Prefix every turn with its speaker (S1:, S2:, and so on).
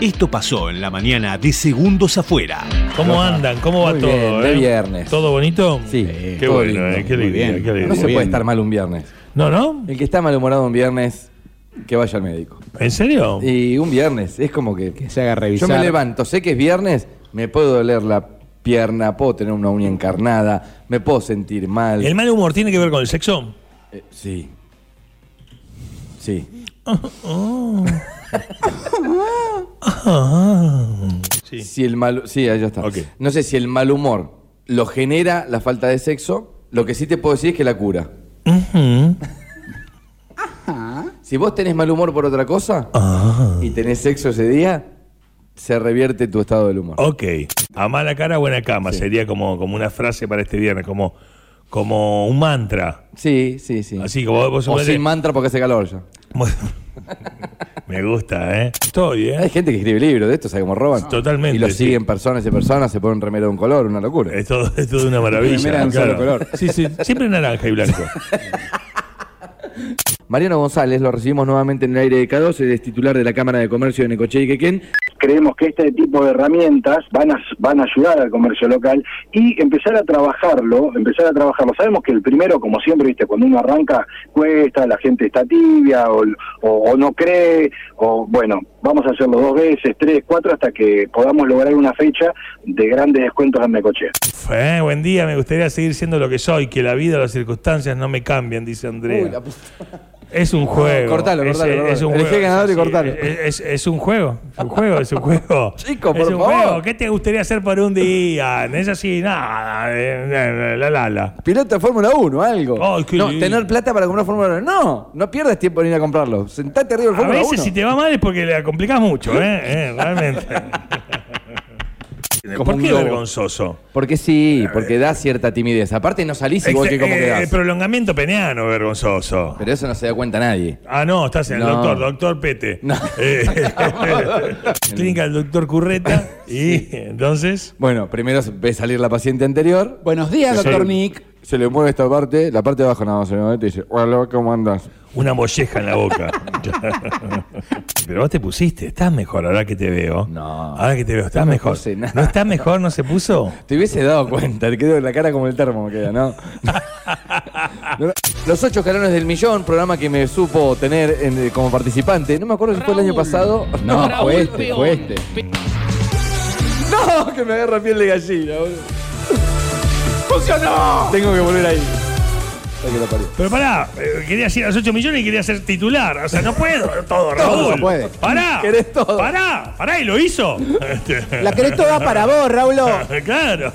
S1: Esto pasó en la mañana de Segundos Afuera.
S2: ¿Cómo andan? ¿Cómo va
S3: Muy
S2: todo?
S3: bien, de
S2: eh?
S3: viernes.
S2: ¿Todo bonito?
S3: Sí.
S2: Qué
S3: todo
S2: bueno,
S3: lindo.
S2: eh, qué
S4: Muy
S2: alegría,
S4: bien.
S2: qué alegría.
S3: No se
S4: Bien.
S3: puede estar mal un viernes.
S2: No, no,
S3: El que está malhumorado un viernes, que vaya al médico.
S2: ¿en serio?
S3: Y un viernes, es como que.
S4: Que se haga
S3: Yo
S4: revisar.
S3: me levanto, sé que es viernes, me puedo doler la pierna, puedo tener una uña encarnada, me puedo sentir mal.
S2: ¿El mal humor tiene que ver con el sexo?
S3: Eh, sí. Sí.
S2: Ah. Sí.
S3: Si el mal, sí, ahí ya está.
S2: Ok.
S3: No sé si el mal humor lo genera la falta de sexo, lo que sí te puedo decir es que la cura. Mm.
S2: Ujú.
S3: Si vos tenés mal humor por otra cosa
S2: Ah.
S3: y tenés sexo ese día, se revierte tu estado del humor.
S2: Ok. A mala cara, buena cama. Sería como, como una frase para este viernes, como, como un mantra.
S3: Sí, sí, sí.
S2: Así como vos
S3: o
S2: vos-
S3: sin mantra porque hace calor ya.
S2: Bueno, Me gusta, ¿eh? Estoy,
S3: Hay
S2: ¿eh?
S3: gente que escribe libros de esto, sabe cómo roban.
S2: Totalmente,
S3: Y lo
S2: sí.
S3: siguen personas y personas, se ponen remera de un color, una locura.
S2: Es todo, es todo una maravilla.
S4: Remera de un solo color.
S2: Sí, sí, siempre naranja y blanco.
S3: Mariano González, lo recibimos nuevamente en el aire de K2, él es titular de la Cámara de Comercio de Necochea y Quequén.
S5: creemos que este tipo de herramientas van a, van a ayudar al comercio local y empezar a trabajarlo, empezar a trabajarlo. Sabemos que el primero, como siempre, viste, cuando uno arranca cuesta, la gente está tibia o, o- o no cree, o bueno, vamos a hacerlo dos veces, tres, cuatro, hasta que podamos lograr una fecha de grandes descuentos en Necochea.
S2: Eh, buen día, me gustaría seguir siendo lo que soy, que la vida o las circunstancias no me cambian, dice Andrea.
S3: Uy, la puta.
S2: Es un juego.
S3: cortalo,
S2: Es-
S3: cortalo,
S2: Es,
S3: cortalo.
S2: un
S3: Elegí
S2: juego.
S3: ganador y
S2: Sí,
S3: cortalo.
S2: Es, es- es un juego. Es un juego, es un juego.
S3: Chico,
S2: es
S3: por
S2: un
S3: favor.
S2: Juego. ¿Qué te gustaría hacer por un día? No es así, nada. eh, eh, La la la.
S3: Piloto de Fórmula 1, algo.
S2: Ay, qué
S3: no,
S2: lindo.
S3: tener plata para comprar Fórmula 1. No, no pierdas tiempo en ir a comprarlo. Sentate arriba del
S2: A
S3: Fórmula 1.
S2: veces si te va mal es porque la complicas mucho, ¿eh? Eh, Realmente.
S3: Como
S2: ¿Por
S3: un
S2: qué
S3: lobo.
S2: vergonzoso?
S3: Porque sí, porque da cierta timidez. Aparte no salís igual que como
S2: Ex- eh,
S3: quedás. Pero...
S2: prolongamiento peniano vergonzoso.
S3: eso no se da cuenta nadie.
S2: Ah, no, estás en el
S3: No.
S2: doctor, doctor Pete.
S3: No.
S2: Eh, clínica del doctor Curreta. Y entonces.
S3: Bueno, primero ve salir la paciente anterior.
S4: Buenos días,
S2: Sí.
S4: doctor Nick.
S3: Se le mueve esta parte, la parte de abajo nada más se le mueve y dice, hola, ¿cómo andas?
S2: Una molleja en la boca. Pero vos te pusiste, estás mejor ahora que te veo.
S3: No.
S2: Ahora que te veo, estás mejor.
S3: puse nada.
S2: ¿No estás mejor? ¿No se puso?
S3: Te hubiese dado cuenta, te quedó la cara como el termo, me queda, ¿no? Los ocho escalones del millón, programa que me supo tener en- eh, como participante. No me acuerdo si fue el año pasado.
S4: No,
S3: fue
S4: fue este, fue este.
S3: No, que me agarra piel de gallina, boludo. ¡Funcionó! Tengo que volver ahí. Ay, que la parió.
S2: Pero pará, eh, querías ir a los 8 millones y querías ser titular. O sea, no puedo todo, Raúl.
S4: no puede.
S2: Pará.
S3: Querés todo.
S2: Pará, pará, y lo hizo. Este,
S4: La querés toda para vos, Raulo.
S2: claro.